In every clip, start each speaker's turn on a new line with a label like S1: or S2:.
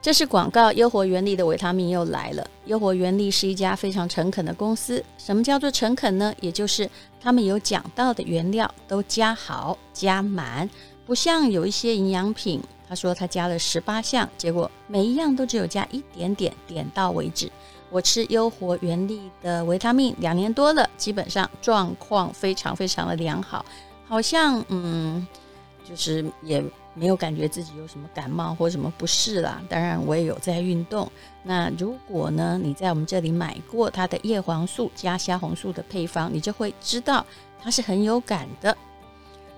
S1: 这是广告。优活原力的维他命又来了。优活原力是一家非常诚恳的公司。什么叫做诚恳呢？也就是他们有讲到的原料都加好加满，不像有一些营养品，他说他加了十八项，结果每一样都只有加一点点，点到为止。我吃优活原力的维他命两年多了，基本上状况非常非常的良好，好像嗯，就是也没有感觉自己有什么感冒或什么不适啦。当然，我也有在运动。那如果呢，你在我们这里买过它的叶黄素加虾红素的配方，你就会知道它是很有感的。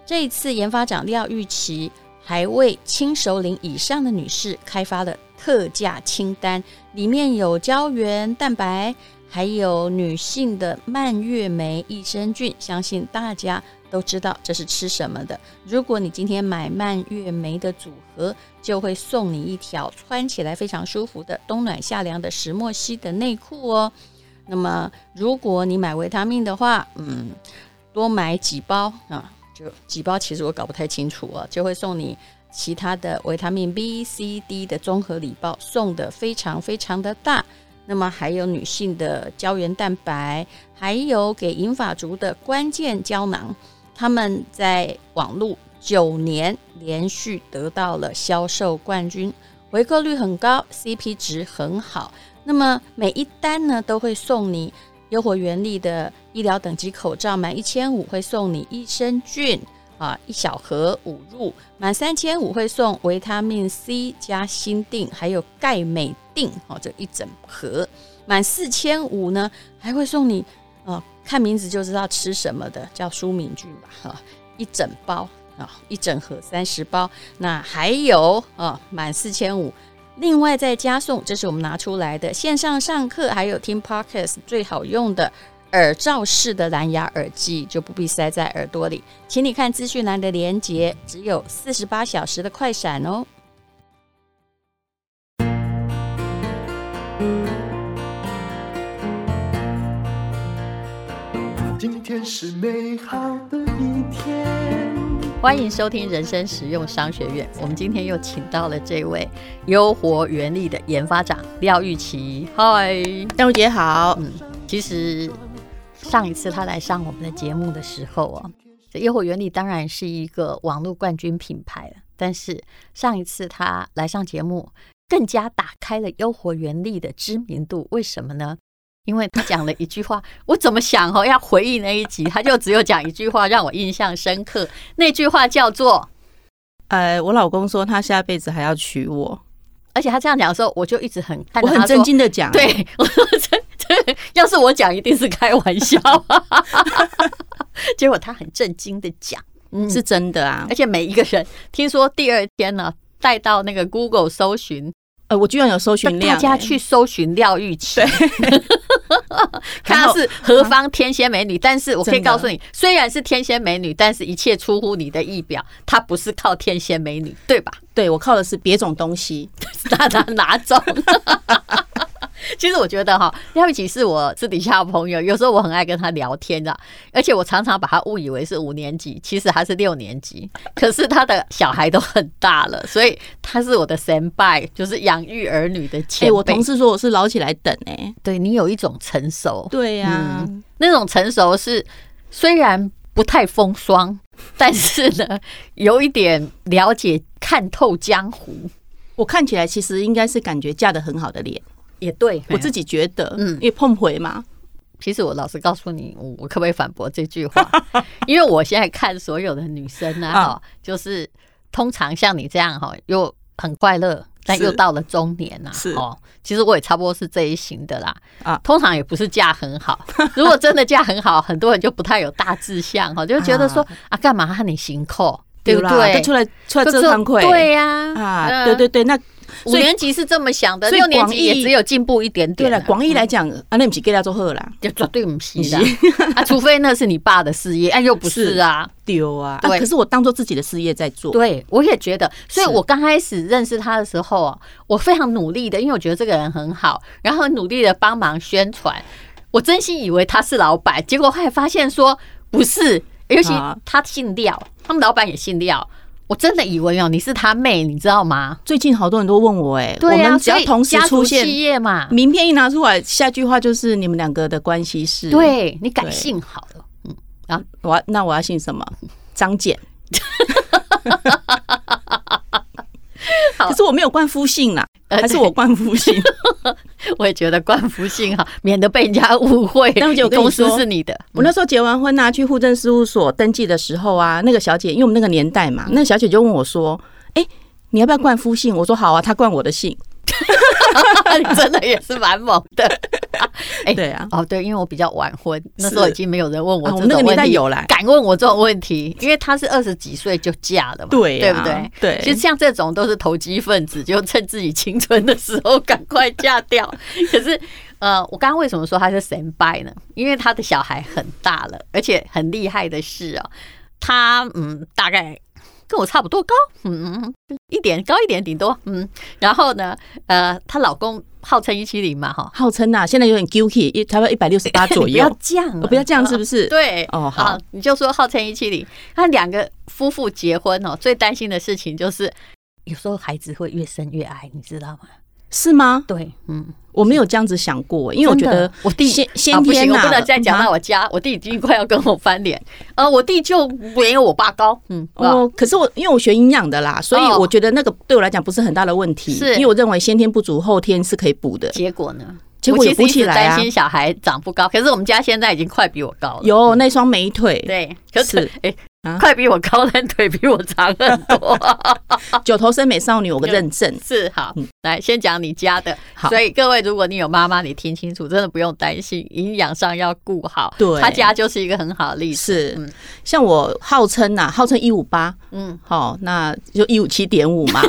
S1: 这一次研发长廖玉琪还为轻熟龄以上的女士开发了特价清单，里面有胶原蛋白，还有女性的蔓越莓益生菌。相信大家都知道这是吃什么的。如果你今天买蔓越莓的组合，就会送你一条穿起来非常舒服的冬暖夏凉的石墨烯的内裤哦。那么，如果你买维他命的话，嗯，多买几包啊，就几包，其实我搞不太清楚哦，就会送你其他的维他命 B、C、D 的综合礼包，送的非常非常的大。那么还有女性的胶原蛋白，还有给银发族的关键胶囊，他们在网络九年连续得到了销售冠军，回购率很高，CP 值很好。那么每一单呢都会送你优活原力的医疗等级口罩，满一千五会送你益生菌啊一小盒五入，满三千五会送维他命 C 加锌锭，还有钙镁锭哦这一整盒，满四千五呢还会送你哦、看名字就知道吃什么的，叫舒敏菌吧哈、一整包啊，一整盒三十包。那还有啊，满四千五，另外再加送，这是我们拿出来的线上上课，还有听 podcast 最好用的耳罩式的蓝牙耳机，就不必塞在耳朵里。请你看资讯栏的连接，只有四十八小时的快闪哦。
S2: 今天是美好的一天。
S1: 欢迎收听人生实用商学院。我们今天又请到了这位优活原力的研发长廖玉琪。嗨，
S3: 丹如姐好，
S1: 嗯，其实上一次他来上我们的节目的时候哦，这业火原理当然是一个网络冠军品牌了，但是上一次他来上节目，更加打开了优活原力的知名度。为什么呢？因为他讲了一句话，我怎么想哦，要回忆那一集，他就只有讲一句话让我印象深刻。那句话叫做，
S3: 呃，我老公说他下辈子还要娶我，
S1: 而且他这样讲的时候，我就一直很看
S3: 我
S1: 着
S3: 很
S1: 他说
S3: 震惊的讲，，
S1: 对，我说这这，要是我讲一定是开玩笑，啊 结果他很震惊的讲，嗯，
S3: 是真的啊
S1: 而。且每一个人听说第二天呢、带到那个 Google 搜寻，
S3: 呃，我居然有搜寻量、
S1: 大家
S3: 欸
S1: 去搜寻廖玉琪， 看
S3: 然
S1: 她
S3: 后嗯
S1: 是何方天仙美女。但是我可以
S3: 真的
S1: 告诉你，虽然是天仙美女，但是一切出乎你的意表，她不是靠天仙美女，对吧？
S3: 对我靠的是别种东西，
S1: 哪哪哪种？ 其实我觉得哈，廖玉琪是我私底下的朋友，有时候我很爱跟他聊天的、而且我常常把他误以为是五年级，其实他是六年级，可是他的小孩都很大了，所以他是我的 senpai，就是养育儿女的
S3: 哎、
S1: 前辈。
S3: 我同事说我是老起来等哎、
S1: 对你有一种成熟，
S3: 对啊呀、
S1: 那种成熟是虽然不太风霜， 但是呢，有一点了解看透江湖，
S3: 我看起来其实应该是感觉嫁得很好的脸，
S1: 也对
S3: 我自己觉得，
S1: 嗯
S3: 嗯，因为碰回嘛，
S1: 其实我老实告诉你，我我可不可以反驳这句 话？因为我现在看所有的女生啊，
S3: 啊
S1: 哈就是通常像你这样哈，又很快乐，但又到了中年呐、
S3: 是
S1: 哦，其实我也差不多是这一型的啦。
S3: 啊
S1: 通常也不是嫁很好， 如果真的嫁很好，很多人就不太有大志向哈，就觉得说啊，干嘛和你行扣，对不
S3: 啦
S1: 对？
S3: 就出来出来
S1: 就
S3: 这
S1: 说
S3: 堂课，
S1: 对呀、
S3: 啊，
S1: 嗯
S3: 对对对，那
S1: 五
S3: 所以
S1: 年级是这么想的，
S3: 所以
S1: 六年级
S3: 广义
S1: 也只有进步一点
S3: 对
S1: 点、啊。
S3: 了，广义来讲，啊，那不是给大家做贺啦，
S1: 就绝对不是的啊，除非那是你爸的事业，哎，又不是啊。
S3: 丢啊，啊
S1: 对
S3: 可是我当做自己的事业在做，
S1: 对，我也觉得，所以
S3: 是
S1: 我刚开始认识他的时候啊，我非常努力的，因为我觉得这个人很好，然后努力的帮忙宣传。我真心以为他是老板，结果后来发现说不是，尤其
S3: 啊
S1: 他姓廖，他们老板也姓廖，
S4: 我真的以为哦，你是他妹，你知道吗？
S3: 最近好多人都问我、哎、
S4: 对
S1: 啊
S3: 我
S4: 呀、
S3: 们只
S4: 所
S3: 要
S4: 以
S3: 同时
S4: 家
S3: 出
S4: 族
S3: 现，
S4: 企业嘛，
S3: 名片一拿出来，下句话就是你们两个的关系是，
S4: 对你改
S3: 对
S4: 姓好了，嗯，
S3: 我要那我要 姓什么？张简。
S4: 好
S3: 可是我没有冠夫姓啦，
S4: 呃
S3: 还是我冠夫 姓？
S4: 我也觉得冠福姓好，免得被人家误会，
S3: 但我就跟你
S4: 公司
S3: 说
S4: 是你的，
S3: 我那时候结完婚呐、啊去户政事务所登记的时候啊，那个小姐，因为我们那个年代嘛，那个小姐就问我说：“哎、你要不要冠夫姓？”我说：“好啊，她冠我的姓。
S4: 你真的也是蛮猛的。哎
S3: 对啊，
S4: 哦，对，因为我比较晚婚，那时候已经没有人问我
S3: 啊
S4: 这
S3: 我
S4: 种
S3: 们那
S4: 问
S3: 个
S4: 题，
S3: 年代有啦
S4: 敢问我这种问题，因为他是二十几岁就嫁了嘛，
S3: 对
S4: 对
S3: 啊
S4: 不对？
S3: 对
S4: 其实像这种都是投机分子，就趁自己青春的时候赶快嫁掉。可是，呃，我刚刚为什么说他是神拜呢？因为他的小孩很大了，而且很厉害的是哦，他嗯，大概。跟我差不多高，嗯，一点高一点，顶多，嗯，然后呢，呃，她老公号称一七零嘛，哈，
S3: 号称啊呐，现在有点 guilty，一差不多一百六十八左
S4: 你不要
S3: 右。
S4: 这样了，
S3: 我不要这样，是不是？
S4: 对，
S3: 哦好
S4: 啊，你就说号称一七零，那两个夫妇结婚哦，最担心的事情就是有时候孩子会越生越矮，你知道吗？
S3: 是吗？
S4: 对，嗯，
S3: 我没有这样子想过，因为我觉
S4: 真
S3: 得
S4: 的我弟
S3: 先
S4: 啊
S3: 先
S4: 不行，
S3: 天
S4: 我
S3: 呐、
S4: 不能再讲到
S3: 啊
S4: 我家，我弟已经快要跟我翻脸，呃，我弟就没有我爸高，嗯，
S3: 哦，可是我因为我学营养的啦，所以
S4: 哦
S3: 我觉得那个对我来讲不是很大的问题，
S4: 是
S3: 因为我认为先天不足，后天是可以补的。
S4: 结果呢？
S3: 结果
S4: 我
S3: 也
S4: 其实
S3: 补
S4: 一
S3: 起
S4: 直
S3: 来啊
S4: 担心小孩长不高，可是我们家现在已经快比我高了。
S3: 有那双美腿，
S4: 对，可是
S3: 是
S4: 哎，
S3: 啊
S4: 快比我高，但腿比我长很多。
S3: 哦九头身美少女，我个
S4: 有
S3: 认证。
S4: 是好
S3: 嗯，
S4: 来先讲你家的。
S3: 好
S4: 所以各位，如果你有妈妈，你听清楚，真的不用担心，营养上要顾好。
S3: 对
S4: 他家就是一个很好的例子。
S3: 是，
S4: 嗯
S3: 像我号称呐、啊号称一五八，
S4: 嗯，
S3: 好，那就一五七点五 嘛。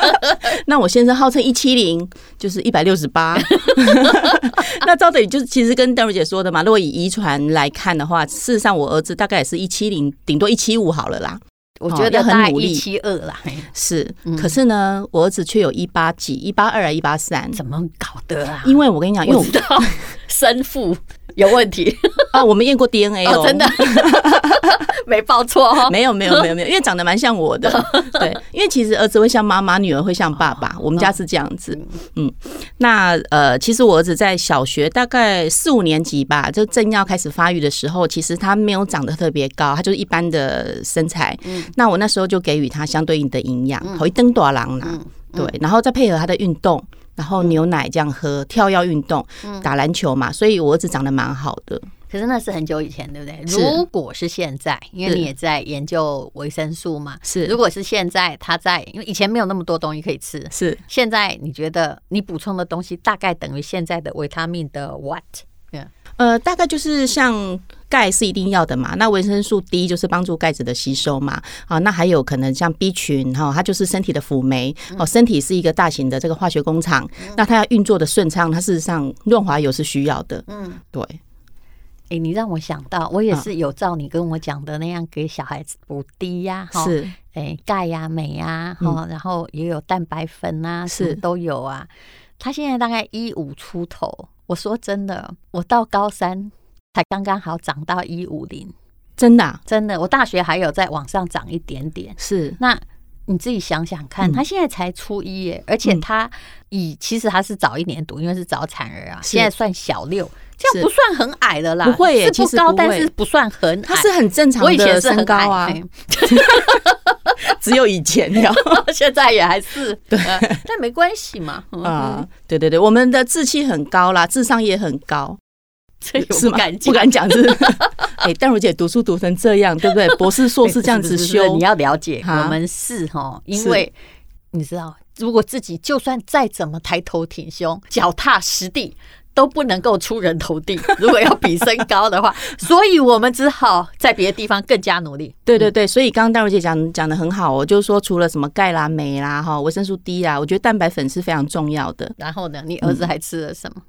S3: 那我先生号称一七零，就是一百六十 八。 那照着理就是，其实跟戴茹姐说的嘛，如果以遗传来看的话，事实上我儿子大概也是一七零，顶多一七五好了啦。
S4: 我觉
S3: 要
S4: 得
S3: 很
S4: 大概
S3: 努力哎
S4: 一七二啦，嘿
S3: 是，
S4: 嗯
S3: 可是呢，我儿子却有一八几、一八二啊、一八三。
S4: 怎么搞的 啊？
S3: 因为我跟你讲，因为
S4: 我
S3: 我
S4: 知道生父有问题，
S3: 啊，我们验过 DNA 哦，
S4: 哦，真的没报错哦。
S3: 没有没有没有没有，因为长得蛮 像我的，对，因为其实儿子会像妈妈，女儿会像爸
S4: 哦
S3: 爸，我们家是这样子，嗯，那呃，其实我儿子在小学大概四五年级吧，就正要开始发育的时候，其实他没有长得特别高，他就是一般的身材，
S4: 嗯
S3: 那我那时候就给予他相对应的营养，好一灯多
S4: 嗯
S3: 郎啦，对，然后再配合他的运动。然后牛奶这样喝，
S4: 嗯
S3: 跳跃运动，打篮球嘛，所以我儿子长得蛮好的。
S4: 可是那是很久以前，对不对？
S3: 是
S4: 如果是现在，因为
S3: 是
S4: 你也在研究维生素嘛，
S3: 是
S4: 如果是现在，他在，因为以前没有那么多东西可以吃，
S3: 是
S4: 现在你觉得你补充的东西大概等于现在的维他命的 what？
S3: 呃，大概就是像钙是一定要的嘛，那维生素 D 就是帮助钙质的吸收嘛，啊，那还有可能像 B 群哈、它就是身体的辅酶
S4: 嗯
S3: 哦，身体是一个大型的这个化学工厂，那它要运作的顺畅，它事实上润滑油是需要的，嗯，对，
S4: 哎、你让我想到，我也
S3: 嗯
S4: 是有照你跟我讲的那样给小孩子补 D 呀、哈，
S3: 是
S4: 哎钙呀、镁呀，
S3: 嗯
S4: 哈、然后也有蛋白粉啊，
S3: 是
S4: 什么都有啊。他现在大概一五出头，我说真的，我到高三才刚刚好长到一五零，
S3: 真的啊、
S4: 真的，我大学还有在往上涨一点点。
S3: 是
S4: 那你自己想想看，
S3: 嗯
S4: 他现在才初一耶，而且
S3: 嗯
S4: 他以其实他是早一年读，因为是早产儿啊，
S3: 是
S4: 现在算小六，这
S3: 是
S4: 样不算很矮的啦，
S3: 不会耶
S4: 是
S3: 其
S4: 不
S3: 实
S4: 高，
S3: 不
S4: 但
S3: 会
S4: 是不算很
S3: 它
S4: 矮。
S3: 是很正常
S4: 我以前
S3: 的
S4: 是
S3: 身
S4: 很
S3: 高
S4: 矮
S3: 啊，
S4: 嘿
S3: 只有以前要
S4: 现在也还是，对，但没关系嘛，嗯，
S3: 啊，对对对，我们的志气很高啦，智商也很高，
S4: 这也
S3: 是
S4: 不
S3: 吗
S4: 敢？
S3: 不
S4: 讲。
S3: 敢讲是不是。 哎、淡如姐读书读成这样，对 不对？博士、硕士这样子
S4: 哎不是不是不是
S3: 修
S4: 你，要了解，
S3: 哈
S4: 我们是哈，因
S3: 是
S4: 为你知道，如果自己就算再怎么抬头挺胸、脚踏实地，都不能够出人头地。如果要比身高的话，所以我们只好在别的地方更加努力。
S3: 对对对。所以刚刚淡如姐讲讲的很好哦，就是说除了什么钙啦、镁啦、哈维生素 D 啦，我觉得蛋白粉是非常重要的。
S4: 然后呢，你儿子还吃了什么？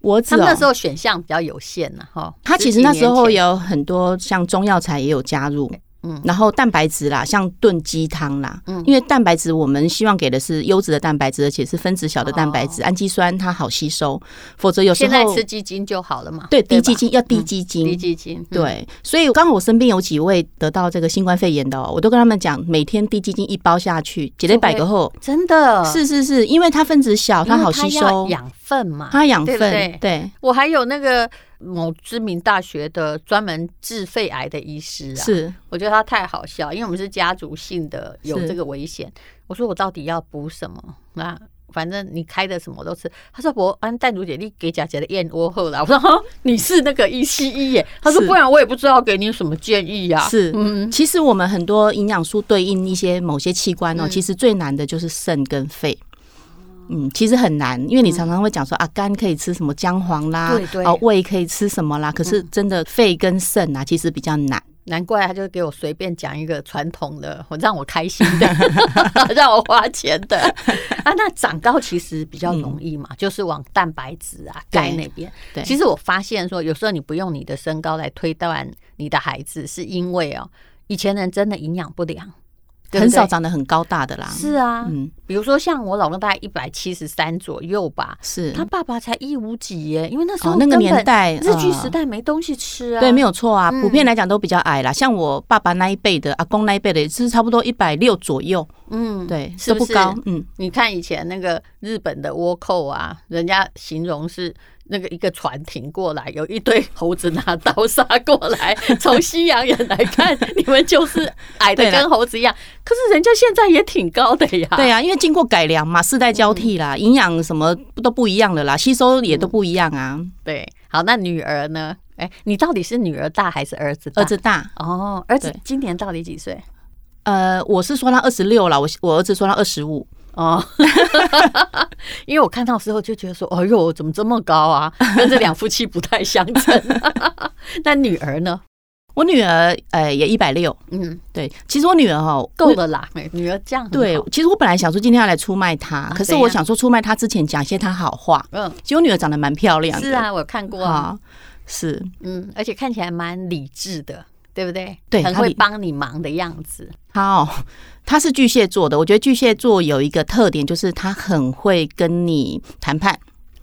S3: 我
S4: 他
S3: 只、
S4: 们那时
S3: 哦、
S4: 候选项比较有限呢，哈。
S3: 他其实那时
S4: 十
S3: 候
S4: 几年前
S3: 有很多像中药材也有加入，
S4: 嗯
S3: 然后蛋白质啦，像炖鸡汤啦，嗯，因为蛋白质我们希望给的是优质的蛋白质，而且是分子小的蛋白质，氨基酸它好吸收，否则有时
S4: 哦现在
S3: 候
S4: 吃鸡精就好了嘛，
S3: 对低
S4: 吧嗯
S3: 基金要低基金，
S4: 低基金，嗯，
S3: 对，所以刚好我身边有几位得到这个新冠肺炎的、哦，我都跟他们讲，每天低基金一包下去，几类百个后，
S4: 真的
S3: 是是是，因为它分子小，
S4: 嗯
S3: 它
S4: 因为
S3: 好吸
S4: 要
S3: 收，
S4: 养分嘛，
S3: 它养
S4: 对
S3: 分，
S4: 不对
S3: 对
S4: 我还有那个某知名大学的专门治肺癌的医师啊，
S3: 是
S4: 我觉得他太好笑，因为我们是家族性的有
S3: 是
S4: 这个危险。我说我到底要补什么？那反正你开的什么都吃。他说伯安淡如姐，你给姐姐的燕窝后来，我说哈，你是那个医西医耶？他说
S3: 是
S4: 不然我也不知道给你什么建议呀、
S3: 是。
S4: 嗯，
S3: 其实我们很多营养素对应一些某些器官
S4: 嗯
S3: 哦，
S4: 哦
S3: 其实最难的就是肾跟肺。嗯，其实很难，因为你常常会讲说、啊，肝可以吃什么姜黄啦，
S4: 嗯对对嗯
S3: 啊，胃可以吃什么啦，可是真的肺跟肾啊，其实比较难。
S4: 难怪他就给我随便讲一个传统的， 我让我开心的， 让我花钱 的啊。那长高其实比较容易嘛，就是往蛋白质啊、
S3: 嗯对
S4: 钙那边。
S3: 对
S4: 其实我发现说，有时候你不用你的身高来推断你的孩子，是因为哦，以前人真的营养不良，对不对
S3: 很少长得很高大的啦。
S4: 是啊，
S3: 嗯，
S4: 比如说像我老公大概一百七十三左右吧，
S3: 是
S4: 他爸爸才一五几耶，因为那时候、
S3: 嗯哦那个年代
S4: 日据时
S3: 呃
S4: 代没东西吃啊，
S3: 对，没
S4: 有
S3: 有错啊，
S4: 嗯
S3: 普遍来讲都比较矮啦。像我爸爸那一辈的、阿公那一辈的，也是差不多一百六左右，
S4: 嗯
S3: 对，
S4: 是
S3: 都
S4: 不
S3: 不
S4: 是
S3: 高。嗯，
S4: 你看以前那个日本的倭寇啊，人家形容是那个一个船停过来，有一堆猴子拿刀杀过来，从西洋人来看，你们就是矮的
S3: 对啦
S4: 跟猴子一样。可是人家现在也挺高的呀。
S3: 对啊，因为经过改良嘛，世代交替
S4: 嗯
S3: 啦，营养什么都不一样了啦，吸收也都不一样啊。
S4: 对，好，那女儿呢？哎，你到底是女儿大还是儿子大？
S3: 儿子大，
S4: 哦，儿子
S3: 对
S4: 今年到底几岁？
S3: 呃，我是说他二十六了，我我儿子说他二十五，
S4: 哦， 因为我看到之后就觉得说，哎呦，怎么这么高啊？跟这两夫妻不太相称。 那女儿呢？
S3: 我女儿呃也一百六。
S4: 嗯，
S3: 对，其实我女儿哈
S4: 够。了啦，哎女儿这样很好
S3: 对，其实我本来想说今天要来出卖她，可是
S4: 怎
S3: 我
S4: 样
S3: 想说出卖她之前讲一些她好话。
S4: 嗯，
S3: 其实我女儿长得蛮漂亮的，
S4: 是啊，我看过啊，
S3: 啊，是
S4: 嗯，而且看起来蛮理智的，对不对？
S3: 对
S4: 很
S3: 她
S4: 会
S3: 理
S4: 帮你忙的样子。
S3: 他哦，他是巨蟹座的。我觉得巨蟹座有一个特点，就是他很会跟你谈判。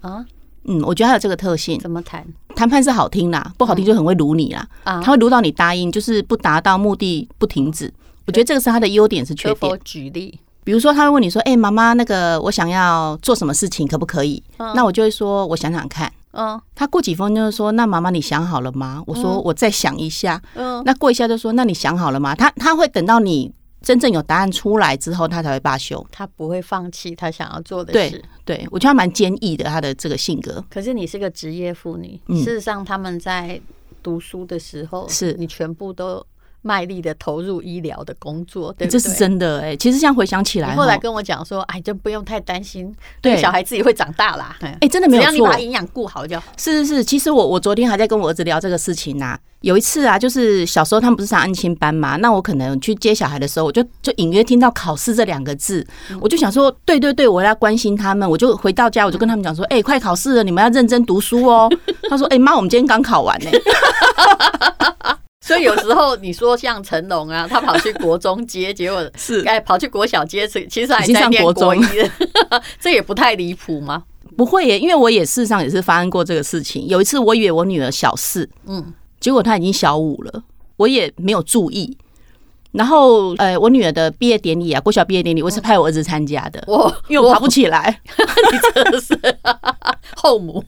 S4: 啊，
S3: 嗯，我觉得他有这个特性，
S4: 怎么谈
S3: 谈判是好听啦，不好听就很会撸你啦，
S4: 嗯啊
S3: 他？会撸到你答应，就是不达到目的不停止。我觉得这个是他的优点，是缺
S4: 可否
S3: 点。
S4: 举例？
S3: 比如说，他会问你说：“哎、妈妈，那个我想要做什么事情，可不可以？”那我就会说：“我想想看。
S4: 嗯”
S3: 他过几分钟就说：“那妈妈，你想好了吗？”我说：“我再想一下。”
S4: 嗯，
S3: 那过一下就说：“那你想好了吗？”他他会等到你真正有答案出来之后，他才会罢休。
S4: 他不会放弃他想要做的
S3: 对
S4: 事。
S3: 对，我觉得他蛮坚毅的，他的这个性格
S4: 可是你是个职业妇女，
S3: 嗯
S4: 事实上他们在读书的时候，
S3: 是
S4: 你全部都卖力的投入医疗的工作，对不对？
S3: 这是真的哎、其实这样回想起
S4: 你
S3: 来，
S4: 后来
S3: 哈
S4: 跟我讲说，哎，就不用太担心，
S3: 对
S4: 小孩自己会长大啦。哎
S3: 哎、真的没
S4: 只
S3: 有
S4: 要你
S3: 错
S4: 把，营养顾好就好。
S3: 是是是。其实我我昨天还在跟我儿子聊这个事情呐、有一次啊，就是小时候他们不是上安亲班嘛，那我可能去接小孩的时候，我就就隐约听到考试这两个字，我就想说，对对对，我要关心他们。我就回到家，我就跟他们讲说，哎、快考试了，你们要认真读书哦。他说，哎、妈，我们今天刚考完呢、
S4: 所以有时候你说像成龙 啊，他跑去国中街，结果
S3: 是
S4: 哎跑去国小街，其其实还
S3: 已经
S4: 在
S3: 上
S4: 念
S3: 国
S4: 国
S3: 中
S4: 一 了，这也不太离谱吗？
S3: 不会耶，因为我也事实上也是发生过这个事情。有一次，我以为我女儿小四，
S4: 嗯，
S3: 结果她已经小五了，我也没有注意。然后，呃，我女儿的毕业典礼啊，国小毕业典礼，我是派我儿子参加的，
S4: 我
S3: 因为我爬不起来。
S4: 真的是后 母。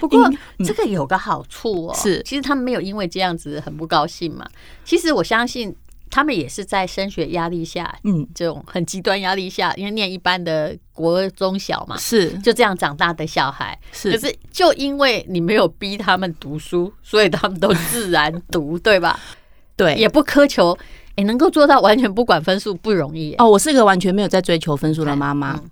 S4: 不过这个有个好处哦，
S3: 嗯是
S4: 其实他们没有因为这样子很不高兴嘛。其实我相信他们也是在升学压力下，
S3: 嗯，
S4: 这种很极端压力下，因为念一般的国中小嘛，
S3: 是
S4: 就这样长大的小孩，可
S3: 是
S4: 是就因为你没有逼他们读书，所以他们都自然读，对吧？也
S3: 对。
S4: 不苛求，也、能够做到完全不管分数不容易耶、
S3: 哦，我是个完全没有在追求分数的妈妈。
S4: 嗯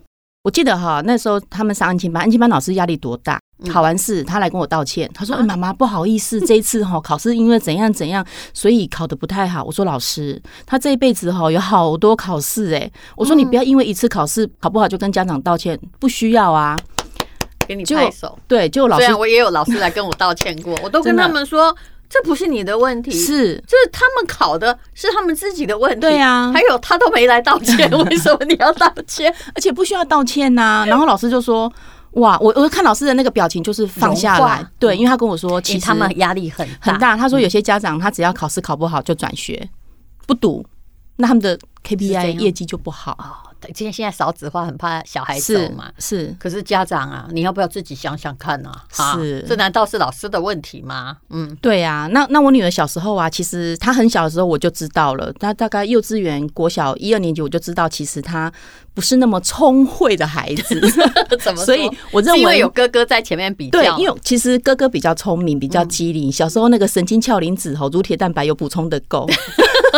S3: 我记得哈，那时候他们上安亲班，安亲班老师压力多大
S4: 嗯？啊
S3: 考完试，他来跟我道歉，他说：“哎妈妈，不好意思，这一次哈考试因为怎样怎样，所以考得不太好。”我说：“老师，他这一辈子哈有好多考试哎。”我说：“你不要因为一次考试考不好就跟家长道歉，不需要啊。
S4: 给你
S3: 就
S4: 拍手。”
S3: 对，就老
S4: 虽
S3: 师
S4: 然我也有老师来跟我道歉过，我都跟
S3: 真的
S4: 他们说。这不是你的问题，
S3: 是
S4: 这他们考的是他们自己的问题。
S3: 对啊
S4: 还有他都没来道 歉，为什么你要道歉？
S3: 而且不需要道歉呐、然后老师就说：“哇，我我看老师的那个表情就是放下
S4: 融
S3: 来
S4: 化，
S3: 对，因为他跟我说，其
S4: 其
S3: 实
S4: 他们压力很大
S3: 很大。他说有些家长他只要考试考不好就转学，不读，那他们的
S4: 样
S3: KPI 业绩就不好。
S4: 哦。对今天现在少子化，很怕小孩走
S3: 是
S4: 嘛。
S3: 是，
S4: 可是家长啊，你要不要自己想想看啊？啊
S3: 是
S4: 这难道是老师的问题吗？ 嗯，
S3: 对啊。那那我女儿小时候啊，其实她很小的时候我就知道了，她大概幼稚园、国小一二年级我就知道，其实她不是那么聪慧的孩子，
S4: 怎么说？
S3: 所以我认
S4: 是因为
S3: 为
S4: 有哥哥在前面比较，嗯
S3: 对，因为其实哥哥比较聪明，比较机灵，小时候那个神经鞘磷脂吼，乳铁蛋白有补充的 够。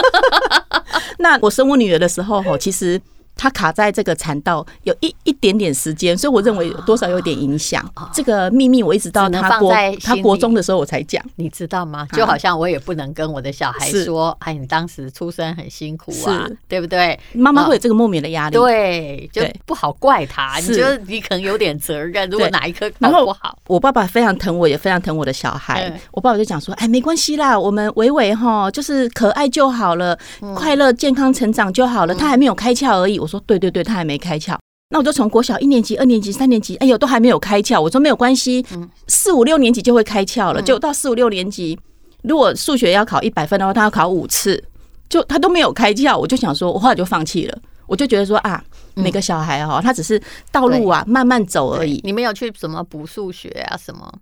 S3: 那我生我女儿的时候吼，其实她卡在这个产道有一一点点时间，所以我认为有多少有点影响。这个秘密我一直到
S4: 哦只能
S3: 她
S4: 放
S3: 国
S4: 在心
S3: 她国
S4: 里
S3: 中的时候我才讲。
S4: 你知道吗？
S3: 啊
S4: 就好像我也不能跟我的小孩
S3: 是
S4: 说，哎，你当时出生很辛苦啊
S3: 是，
S4: 对不对？
S3: 妈妈会有这个莫名的压力。
S4: 对，就
S3: 对
S4: 不好怪他。你
S3: 是
S4: 觉得你可能有点责任，如果哪一科
S3: 然
S4: 考
S3: 后
S4: 不好，
S3: 我爸爸非常疼我，也非常疼我的小孩。
S4: 嗯
S3: 我爸爸就讲说：“哎，没关系啦，我们伟伟哈，就是可爱就好了，
S4: 嗯
S3: 快乐健康成长就好了。他还没有开窍而已。”我说：“对对对，他还没开窍。”那我就从国小一年级、二年级、三年级，哎呦，都还没有开窍。我说没有关系，
S4: 嗯
S3: 四五六年级就会开窍了。结果到四五六年级，如果数学要考一百分的话，他要考五次，就他都没有开窍。我就想说，我后来就放弃了。我就觉得说啊，每个小孩哦哈、他只是道路啊慢慢走而已
S4: 嗯对。你没有去什么补数学啊什么？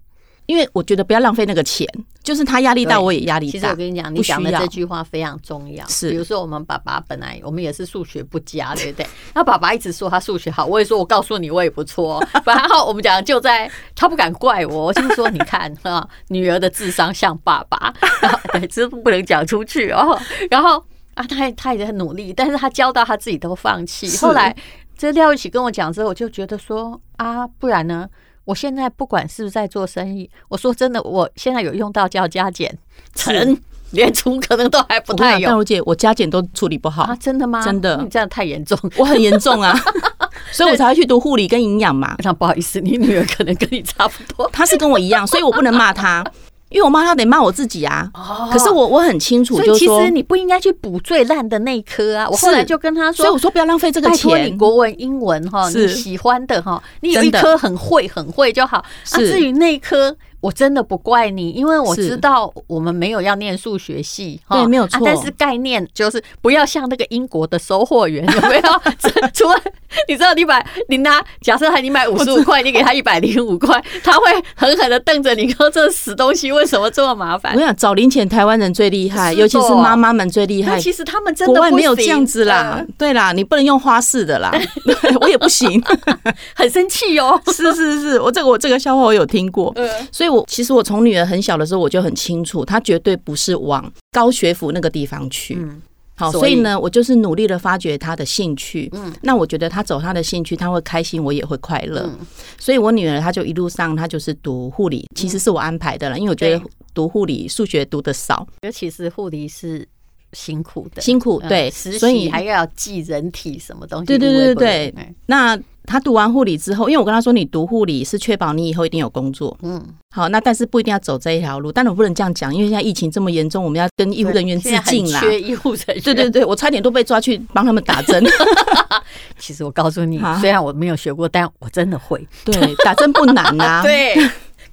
S3: 因为我觉得不要浪费那个钱，就是他压力大，
S4: 对
S3: 我也压力
S4: 其实
S3: 大
S4: 我。跟你讲，
S3: 不
S4: 你
S3: 需要
S4: 讲的这句话非常重要。
S3: 是
S4: 比如说我们爸爸本来我们也是数学不佳，对不对？那爸爸一直说他数学好，我也说我告诉你我也不 错。然后我们讲就在他不敢怪我，我就是说你看啊，女儿的智商像爸爸， 然后对，这不能讲出去哦。然后啊，他也他也很努力，但是他教到他自己都放弃。
S3: 是
S4: 后来这廖一起跟我讲之后，我就觉得说啊，不然呢？我现在不管是不是在做生意，我说真的，我现在有用到叫加减乘，连除可能都还不
S3: 我跟
S4: 太
S3: 你讲，
S4: 有
S3: 淡如姐，我加减都处理不好，
S4: 啊？真的吗？
S3: 真的
S4: 你这样太严重。
S3: 我很严 重啊，所以我才会去读护理跟营养嘛。
S4: 那不好意思，你女儿可能跟你差不多。
S3: 他是跟我一样，所以我不能骂他，因为我骂他得骂我自己啊。
S4: 哦
S3: 可是我我很清楚，
S4: 所
S3: 就
S4: 以
S3: 是
S4: 其
S3: 说
S4: 实，你不应该去补最烂的那一科啊！我后来
S3: 是
S4: 就跟他说，
S3: 所以我说不要浪费这个
S4: 拜托你
S3: 钱。
S4: 国文、英文哈，你
S3: 是
S4: 喜欢的哈，你有一
S3: 真的
S4: 科很会很会就好。啊，
S3: 是
S4: 至于那一科，我真的不怪你，因为我
S3: 是
S4: 知道我们没有要念数学系哈，
S3: 对没有
S4: 啊
S3: 错
S4: 但是概念就是不要像那个英国的收货员，有没有？这 除了你知道，你买你拿，假设你买五十五块，你给他一百零五块，他会狠狠的瞪着你，说这死东西为什么这么麻
S3: 我
S4: 烦
S3: 跟你？讲，找零钱台湾人最厉害，
S4: 是
S3: 尤其是
S4: 的
S3: 妈妈们最厉
S4: 那
S3: 害。
S4: 其实他们真的
S3: 国外
S4: 不
S3: 没有这
S4: 行
S3: 样子啦
S4: 嗯，
S3: 对啦，你不能用花式 的啦，我也不行。
S4: 很生气哦。
S3: 是是是，我这个我这个笑话我有听过，
S4: 嗯
S3: 所以我其实我从女儿很小的时候我就很清楚，她绝对不是往高学府那个地方去。
S4: 嗯
S3: 好，
S4: 所
S3: 所以
S4: 以
S3: 呢，我就是努力的发掘她的兴趣。嗯，那我觉得她走她的兴趣，她会开心，我也会快乐。所以我女儿她就一路上她就是读护理，其实是我安排的了，因为我觉得
S4: 对
S3: 读护理数学读的少，
S4: 尤其是护理是辛苦的，
S3: 辛苦
S4: 嗯
S3: 对，
S4: 实
S3: 所以
S4: 习还要记人体什么东西，
S3: 对对对对
S4: 不会不会
S3: 对。那他读完护理之后，因为我跟他说，你读护理是确保你以后一定有工作。嗯，好，那但是不一定要走这一条路。但我不能这样讲，因为现在疫情这么严重，我们要跟医护人员致
S4: 现在很
S3: 敬啦。
S4: 缺医护人员。
S3: 对对，对，我差点都被抓去帮他们打针。
S4: 其实我告诉你
S3: 啊，
S4: 虽然我没有学过，但我真的会，
S3: 对，打针不难 啊。
S4: 对，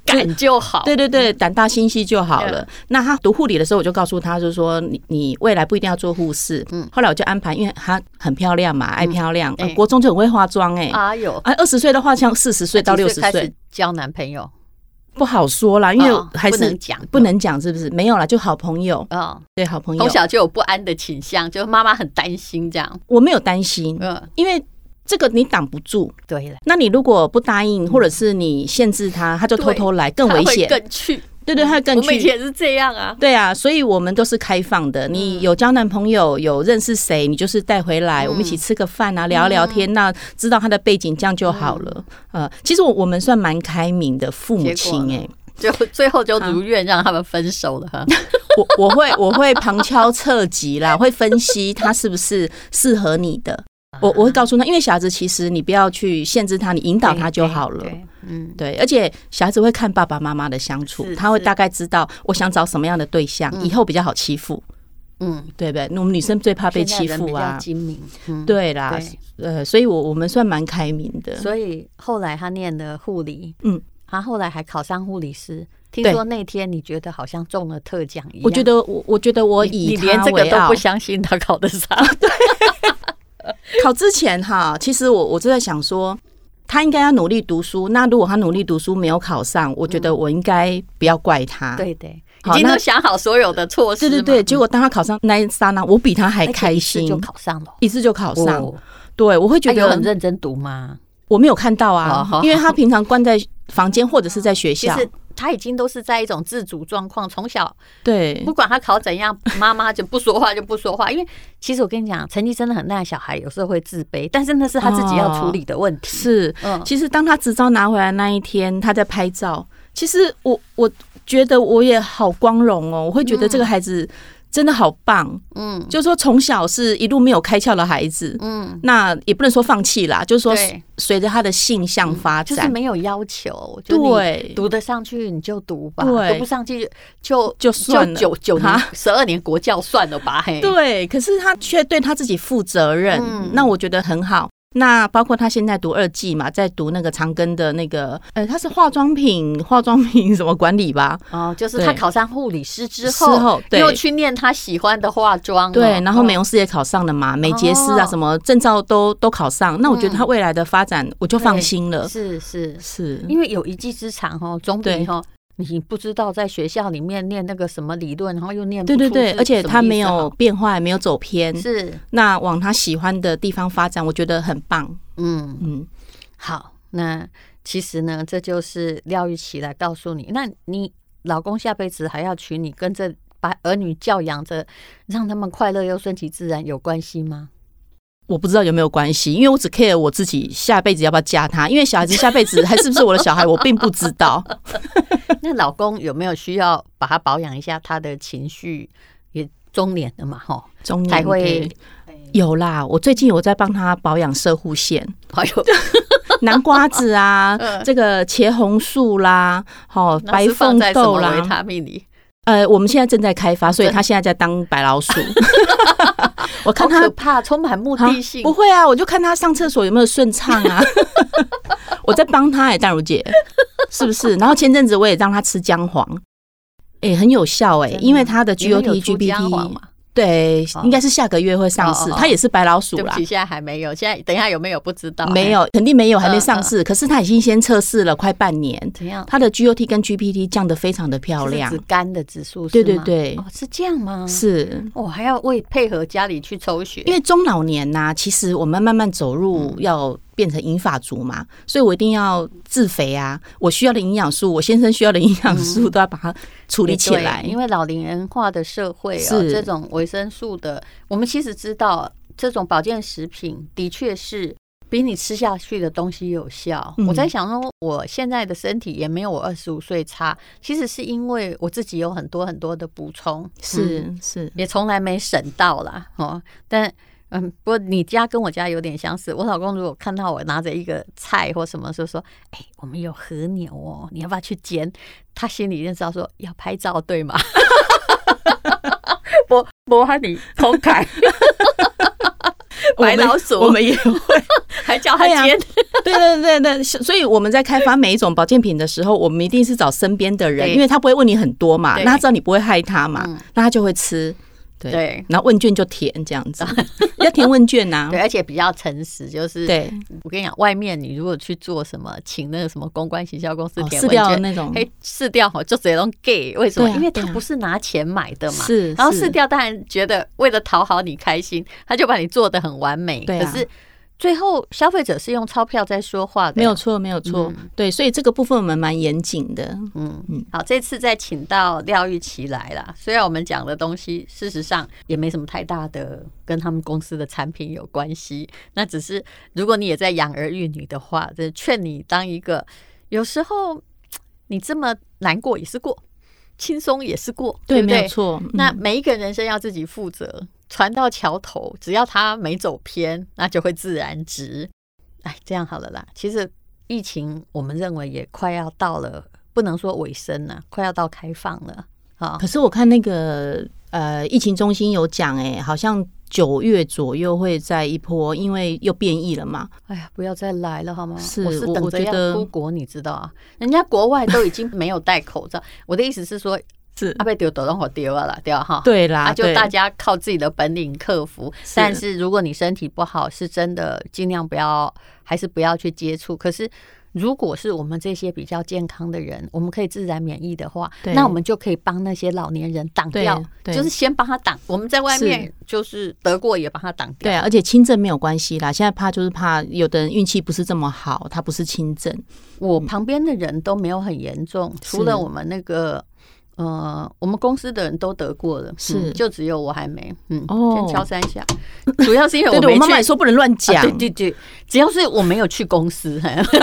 S4: 敢就好。
S3: 对对对，胆大心细就好了。那他读护理的时候，我就告诉他，就是说你你未来不一定要做护士。嗯，后来我就安排，因为她很漂亮嘛，爱漂亮，
S4: 哎
S3: 呃国中就很会化妆哎、
S4: 哎呦，
S3: 啊，二十岁的话像四十岁到
S4: 几
S3: 六十
S4: 开
S3: 岁
S4: 始，交男朋友，
S3: 不好说啦，因为
S4: 哦
S3: 还是
S4: 不能讲
S3: 不能讲是不是？没有啦，就好朋友，
S4: 嗯，
S3: 对，好朋友
S4: 从。小就有不安的倾向，就妈妈很担心这样。
S3: 我没有担心，
S4: 嗯，
S3: 因为这个你挡不住。
S4: 对了，
S3: 那你如果不答应，或者是你限制他，他就偷偷来，更
S4: 他
S3: 危
S4: 会
S3: 险。
S4: 更去，
S3: 对对，他会更
S4: 嗯我们以前
S3: 去。
S4: 也是这样啊。
S3: 对啊，所以我们都是开放的。
S4: 嗯
S3: 你有交男朋友，有认识谁，你就是带回来，我们一起吃个饭啊，聊聊
S4: 嗯
S3: 天，那知道他的背景，这样就好了。呃，其实我我们算蛮开明的父母
S4: 结果
S3: 亲
S4: 呢
S3: 哎、
S4: 就最后就如愿让他们分手了 哈。
S3: 我 我会我会旁敲侧击啦，会分析他是不是适合你的。我我会告诉他，因为小孩子其实你不要去限制他，你引导他就好了
S4: 对。对嗯，
S3: 对，而且小孩子会看爸爸妈妈的相处
S4: 是，
S3: 他会
S4: 是
S3: 大概知道我想找什么样的对象，以后比较好欺负，
S4: 嗯，
S3: 对不对？那我们女生最怕被
S4: 现在
S3: 欺
S4: 人比
S3: 负
S4: 较
S3: 啊，
S4: 精明，嗯，
S3: 对啦
S4: 对，
S3: 呃，所以我我们算蛮开明的，
S4: 所以后来他念的护理，
S3: 嗯，
S4: 他后来还考上护理师。听
S3: 对
S4: 说那天你觉得好像中了特奖一样，
S3: 我觉得我我觉得我
S4: 你
S3: 以
S4: 你连
S3: 他
S4: 这个
S3: 为
S4: 都
S3: 傲
S4: 不相信他考得 上，
S3: 考之前哈，其实我我就在想说，他应该要努力读书。那如果他努力读书没有考上，我觉得我应该不要怪他。
S4: 嗯对对，已
S3: 好
S4: 经
S3: 那
S4: 都想好所有的措施
S3: 对
S4: 嘛，
S3: 对对，结果当他考上那一刹那，我比他还
S4: 而且
S3: 开
S4: 一次
S3: 心，
S4: 就考上了，
S3: 一次就考上。
S4: 哦
S3: 对，我会
S4: 他
S3: 觉
S4: 有很
S3: 得
S4: 认真读吗？
S3: 我没有看到啊，
S4: 哦
S3: 因为他平常关在房间或者是在学
S4: 其
S3: 校。
S4: 实他已经都是在一种自主状况，从小
S3: 对
S4: 不管他考怎样，妈妈就不说话就不说话。因为其实我跟你讲，成绩真的很烂，小孩有时候会自卑，但是那是他自己要处理的问题。
S3: 是，
S4: 嗯
S3: 其实当他执照拿回来那一天，他在拍照。其实我我觉得我也好光荣哦，我会觉得这个孩子真的好棒。
S4: 嗯
S3: 就说从小是一路没有开窍的孩子，
S4: 嗯，
S3: 那也不能说放弃啦，就是说
S4: 对嗯
S3: 随着他的性向发
S4: 就是
S3: 展，
S4: 没有要求，就你
S3: 对，
S4: 读得上去你就读吧，
S3: 对
S4: 读不上去就
S3: 就算了
S4: 九九年
S3: 哈
S4: 十二年国教算了吧，嘿，
S3: 对。可是他却对他自己负责任，
S4: 嗯
S3: 那我觉得很好。那包括他现在读二技嘛，在读那个长庚的那个，呃，他是化妆品化妆品什么管理吧？
S4: 哦，就是
S3: 对
S4: 他考上护理师之后，
S3: 之后对
S4: 又去念他喜欢的化妆哦，
S3: 对，然后
S4: 哦
S3: 美容师也考上了嘛，美睫师啊
S4: 哦嗯
S3: 什么证照都都考上。那我觉得他未来的发展，我就放
S4: 对
S3: 心了。
S4: 是是，
S3: 是，
S4: 因为有一技之长哦，总比
S3: 对
S4: 哈你不知道在学校里面念那个什么理论，然后又念不
S3: 对对
S4: 出
S3: 对，
S4: 是
S3: 而且
S4: 什么
S3: 他
S4: 意思
S3: 没有嗯
S4: 好
S3: 变坏，没有走偏，
S4: 是
S3: 那往他喜欢的地方发展，我觉得很棒。
S4: 嗯
S3: 嗯，
S4: 好，那其实呢，这就是廖玉琪来告诉你，那你老公下辈子还要娶你，跟这把儿女教养着，让他们快乐又顺其自然有关系 吗？
S3: 我不知道有没有关系，因为我只 care 我自己下辈子要不要嫁他，因为小孩子下辈子还是不是我的小孩，我并不知道。
S4: 那老公有没有需要把他保养一下他的情绪？也中年了嘛，哈，
S3: 中年
S4: 才会
S3: 对有啦，我最近有在帮他保养射护线，
S4: 还 有
S3: 南瓜子啊
S4: 嗯，
S3: 这个茄红素啦，好、
S4: 那
S3: 白
S4: 是放
S3: 凤
S4: 在什
S3: 豆
S4: 么维
S3: 啦，
S4: 他命里，
S3: 呃，我们现在正在开发，所以他现在在当白 老鼠。我看
S4: 好
S3: 他
S4: 可怕，充满目
S3: 啊
S4: 的性
S3: 不。会啊，我就看他上厕所有没有顺畅啊。 我在帮他哎、淡如姐，是不是？然后前阵子我也让他吃姜黄，哎、很有效哎、
S4: 真的
S3: 因为他的
S4: 你们
S3: GOT
S4: 有出姜黄
S3: GPT
S4: 吗
S3: 对
S4: 哦，
S3: 应该是下个月会上市。
S4: 哦哦哦
S3: 他也是白老鼠
S4: 对不
S3: 啦
S4: 起，，现在还没有。现在等一下有没有不嗯知道？
S3: 没
S4: 哎，
S3: 有，肯定没有，还没上市。可是他已经先测试了快半年，
S4: 怎样？
S3: 他的 GOT 跟 GPT 降得非常的漂亮
S4: 是，指肝的指数是
S3: 对对
S4: 吗
S3: 对
S4: 哦，是这样吗？，
S3: 是。
S4: 我、还要为配合家里去抽血，
S3: 因为中老年呐、其实我们慢慢走
S4: 嗯
S3: 入要变成银发族嘛，所以我一定要自肥啊！我需要的营养素，我先生需要的营养
S4: 嗯
S3: 素都要把它处理
S4: 也
S3: 起
S4: 对
S3: 来。
S4: 因为老龄人化的社会哦，
S3: 是
S4: 这种维生素的，我们其实知道，这种保健食品的确是。比你吃下去的东西有效。
S3: 嗯
S4: 我在想说，我现在的身体也没有我二十五岁差，其实是因为我自己有很多很多的补充，嗯
S3: 是是，
S4: 也从来没省到啦哦。但嗯，不过你家跟我家有点相似。我老公如果看到我拿着一个菜或什么，就说：“哎、我们有和牛哦，你要不要去煎？”他心里就知道说要拍照，对 吗？我我和你偷看 白老鼠
S3: 我们我们也会。
S4: 还叫他煎，
S3: 对啊对对对，所以我们在开发每一种保健品的时候，我们一定是找身边的人，
S4: 对
S3: 因为他不会问你很多嘛，
S4: 对嗯
S3: 那他知道你不会害他嘛，那他就会吃。对
S4: 对
S3: 然后问卷就填这样 子，要填问卷呐、
S4: 对，而且比较诚实，就是
S3: 对，
S4: 我跟你讲，外面你如果去做什么，请那个什么公关行销公司
S3: 哦
S4: 填
S3: 撕
S4: 问
S3: 掉
S4: 卷
S3: 那种
S4: 哎，试掉吼，就只能给，为什么？
S3: 对啊
S4: 因为
S3: 对
S4: 他
S3: 啊
S4: 不是拿钱买的嘛。
S3: 是
S4: 然后
S3: 是
S4: 试掉，当然觉得为了讨好你开心，他就把你做的很完美。
S3: 对啊
S4: 可是最后消费者是用钞票在说话的。
S3: 没有。错，没有错，对，所以这个部分我们蛮严谨的。
S4: 嗯，好，这次再请到廖玉琪来啦。虽然我们讲的东西，事实上也没什么太大的跟他们公司的产品有关系。那只是如果你也在养儿育女的话，这劝你当一个有时候你这么难过也是过，轻松也是过，对不
S3: 没有
S4: 对？
S3: 错。
S4: 那
S3: 嗯
S4: 每一个人生要自己负责，船到桥头，只要它没走偏，那就会自然直。哎，这样好了啦。其实疫情我们认为也快要到了，不能说尾声了，啊快要到开放了。好、
S3: 可是我看那个呃，疫情中心有讲，哎，好像九月左右会在一波，因为又变异了嘛。
S4: 哎呀，不要再来了好吗？
S3: 是
S4: 我是
S3: 我
S4: 等
S3: 我
S4: 着
S3: 觉
S4: 要
S3: 得
S4: 出国，你知道啊？人家国外都已经没有戴口罩。 我的意思是 说，
S3: 是
S4: 阿，贝丢都让我丢了啦，对吧哈。
S3: 对啦，
S4: 啊，就
S3: 对
S4: 大家靠自己的本领克服。
S3: 是
S4: 但是如果你身体不好，是真的尽量不要，还是不要去接触。可是。如果是我们这些比较健康的人，我们可以自然免疫的话，
S3: 对
S4: 那我们就可以帮那些老年人挡掉，
S3: 对对
S4: 就是先帮他挡。我们在外
S3: 是
S4: 面就是得过也帮他挡掉。
S3: 对啊，而且轻症没有关系啦。现在怕就是怕有的人运气不是这么好，他不是轻症，
S4: 我旁边的人都没有很严重，除了我们那个呃，我们公司的人都得过了，
S3: 是
S4: 嗯就只有我还没，嗯，
S3: 哦
S4: 先敲三下，主要是因为
S3: 对
S4: 我
S3: 对，
S4: 没
S3: 我
S4: 去。
S3: 妈妈也说不能乱讲。
S4: 啊对对对，只要是我没有去公司， 嗯嘿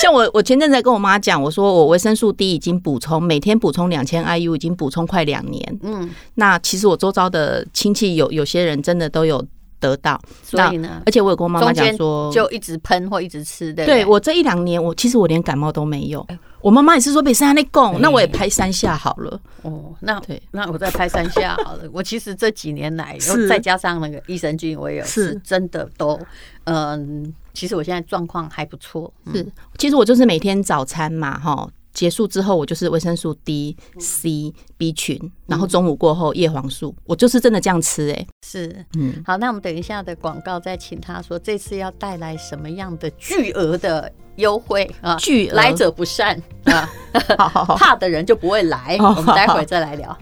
S3: 像我，我前阵子还跟我妈讲，我说我维生素 D 已经补充，每天补充两千 IU，已经补充快两年。
S4: 嗯，
S3: 那其实我周遭的亲戚有有些人真的都有得到，
S4: 所以呢，
S3: 而且我有跟我妈妈
S4: 中
S3: 讲
S4: 间
S3: 说，
S4: 就一直喷或一直吃，对不哎
S3: 对我这一两年，我其实我连感冒都没有。我妈妈也是说北山那供，那我也拍三下好了。
S4: 哦，那
S3: 对
S4: 那我再拍三下好了。我其实这几年来，然后
S3: 是
S4: 再加上那个益生菌，我也有
S3: 是
S4: 是真的都，嗯，其实我现在状况还不错，嗯
S3: 是，其实我就是每天早餐嘛，哈，结束之后我就是维生素 D、C、B 群，然后中午过后叶黄素，我就是真的这样吃、欸，哎，
S4: 是。
S3: 嗯，
S4: 好，那我们等一下的广告再请他说这次要带来什么样的巨额的优惠啊？
S3: 巨额
S4: 来者不善啊，
S3: 好好好，
S4: 怕的人就不会来。
S3: 哦
S4: 我们待会儿再来聊。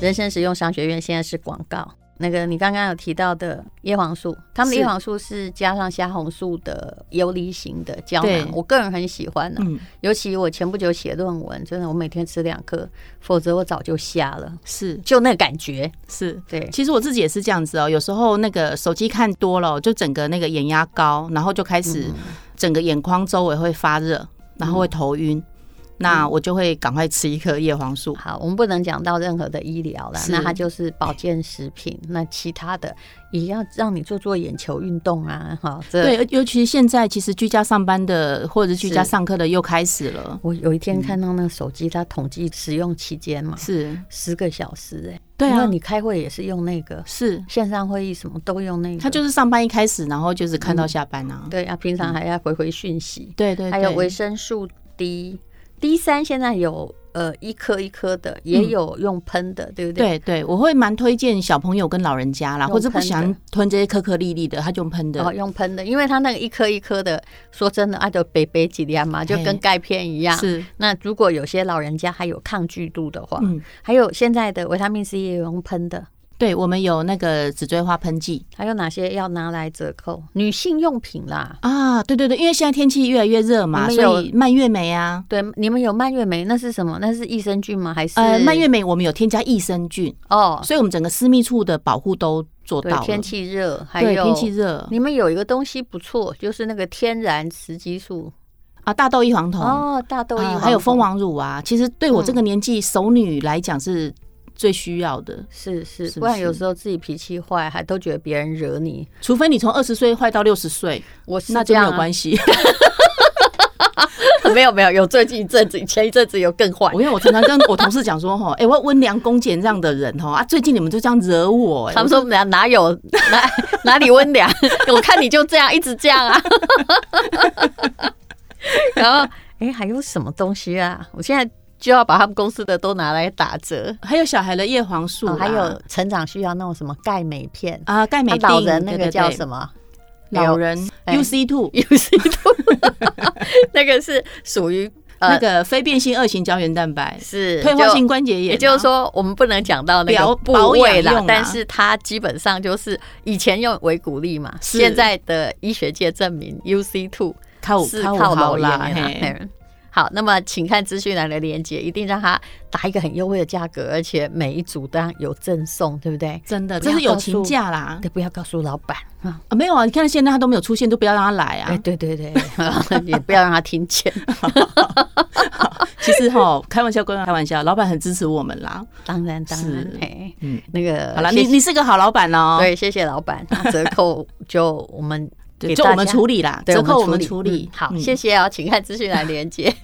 S4: 人生实用商学院现在是广告。那个你刚刚有提到的叶黄素，他们的
S3: 是
S4: 叶黄素是加上虾红素的游离型的胶囊
S3: 对，
S4: 我个人很喜欢的、
S3: 嗯，
S4: 尤其我前不久写论文，真的我每天吃两颗，否则我早就瞎了，
S3: 是
S4: 就那感觉。
S3: 是。
S4: 对，
S3: 其实我自己也是这样子哦，有时候那个手机看多了，就整个那个眼压高，然后就开始
S4: 嗯
S3: 整个眼眶周围会发热，然后会头晕，
S4: 嗯
S3: 那我就会赶快吃一颗叶黄素。
S4: 好，我们不能讲到任何的医疗啦，
S3: 是
S4: 那它就是保健食品，那其他的也要让你做做眼球运动啊，哈，这
S3: 对，尤尤其现在其实居家上班的或者是居家
S4: 是
S3: 上课的又开始了，
S4: 我有一
S3: 嗯
S4: 天看到那个手机，它统计使用期间嘛，
S3: 是，
S4: 十个小时哎、
S3: 对
S4: 因为
S3: 啊，
S4: 你开会也是用那个，
S3: 是
S4: 线上会议什么都用那个，
S3: 他就是上班一开始，然后就是看到下班啊。
S4: 对啊，平常还要回回讯息，
S3: 对对对，
S4: 还有维生素 D D 三现在有呃一颗一颗的，也有用喷
S3: 嗯
S4: 的，对不对？
S3: 对对，我会蛮推荐小朋友跟老人家啦，
S4: 用
S3: 或者不
S4: 喷
S3: 喜欢
S4: 的
S3: 吞这些颗颗粒粒的，他就用喷
S4: 然后哦
S3: 的。
S4: 用喷的，因为它那个一颗一颗的，说真的，啊，就北北几粒嘛，就跟
S3: 嘿
S4: 钙片一样。
S3: 是，
S4: 那如果有些老人家还有抗拒度的话，
S3: 嗯，
S4: 还有现在的维他命 C 也有用喷的，
S3: 对，我们有那个紫锥花喷剂
S4: 还有哪些要拿来折扣？女性用品啦，
S3: 啊，对对对，因为现在天气越来越热嘛，
S4: 我们有
S3: 所以蔓越莓啊，
S4: 对，你们有蔓越莓，那是什么？那是益生菌吗？还是
S3: 呃，蔓越莓我们有添加益生菌，
S4: 哦，
S3: 所以我们整个私密处的保护都做
S4: 对
S3: 到，了。
S4: 天气热，还
S3: 对
S4: 有
S3: 天气热
S4: 你们有一个东西不错，就是那个天然雌激素
S3: 啊，大豆异黄酮
S4: 哦，大豆异
S3: 啊
S4: 黄
S3: 还有蜂
S4: 酮
S3: 王乳啊，其实对我这
S4: 嗯
S3: 个年纪熟女来讲是最需要的。
S4: 是是，
S3: 是
S4: 不然有
S3: 是
S4: 时候自己脾气坏，还都觉得别人惹你，
S3: 除非你从二十岁坏到六十岁，
S4: 我是啊
S3: 那就没有
S4: 系，
S3: 关系。
S4: 没有没有，有最近一阵子，前一阵子有更坏
S3: 我。因为我常常跟我同事讲 说，哈，哎、我温良恭俭让的人，哈啊，最近你们就这样惹我、哎
S4: 他们说哪哪 有哪哪里温良，我看你就这样一直这样啊。 然后哎、诶还有什么东西啊？我现在就要把他们公司的都拿来打折。
S3: 还有小孩的叶黄素啦、
S4: 哦还有成长需要那种什么钙镁片，
S3: 啊，钙镁
S4: 那
S3: 定
S4: 老人那个叫什
S3: 么？
S4: 么？
S3: 老人
S4: 哎
S3: UC two、
S4: 有些都那个是属于
S3: 那
S4: 呃
S3: 个非变性二型胶原蛋白，
S4: 是
S3: 退化
S4: 就
S3: 性关啊节炎、
S4: 也就是，说，我们不能讲到那个
S3: 疗
S4: 部
S3: 保
S4: 位
S3: 养
S4: 啦
S3: 用，啊
S4: 但
S3: 啦
S4: 是它基本上就是以前用维骨力嘛，
S3: 是
S4: 现在的医学界证明 UC two
S3: 靠
S4: 是
S3: 靠
S4: 靠
S3: 哦好
S4: 老
S3: 啦，
S4: 啦。
S3: 嘿，
S4: 啊嘿好，那么请看资讯栏的链接，一定让他打一个很优惠的价格，而且每一组当然有赠送，对不对？
S3: 真的，
S4: 不要
S3: 这是友
S4: 告诉
S3: 情价啦。
S4: 对，不要告诉老板啊！
S3: 啊，没有啊，你看现在他都没有出现，都不要让他来
S4: 哎、
S3: 啊。
S4: 对对对， 也不要让他听见。
S3: 其实哈， 开玩笑归开玩笑，老板很支持我们啦。
S4: 当然，当然
S3: 是，
S4: 嘿，
S3: 嗯，
S4: 那个
S3: 好了，
S4: 谢
S3: 你你是个好老板哦。
S4: 对，谢谢老板， 那折扣就我们给
S3: 对，就我们处
S4: 理，
S3: 理啦，
S4: 对
S3: 折扣我
S4: 们
S3: 们处理
S4: 嗯。好，
S3: 嗯
S4: 谢谢哦，请看资讯来连接。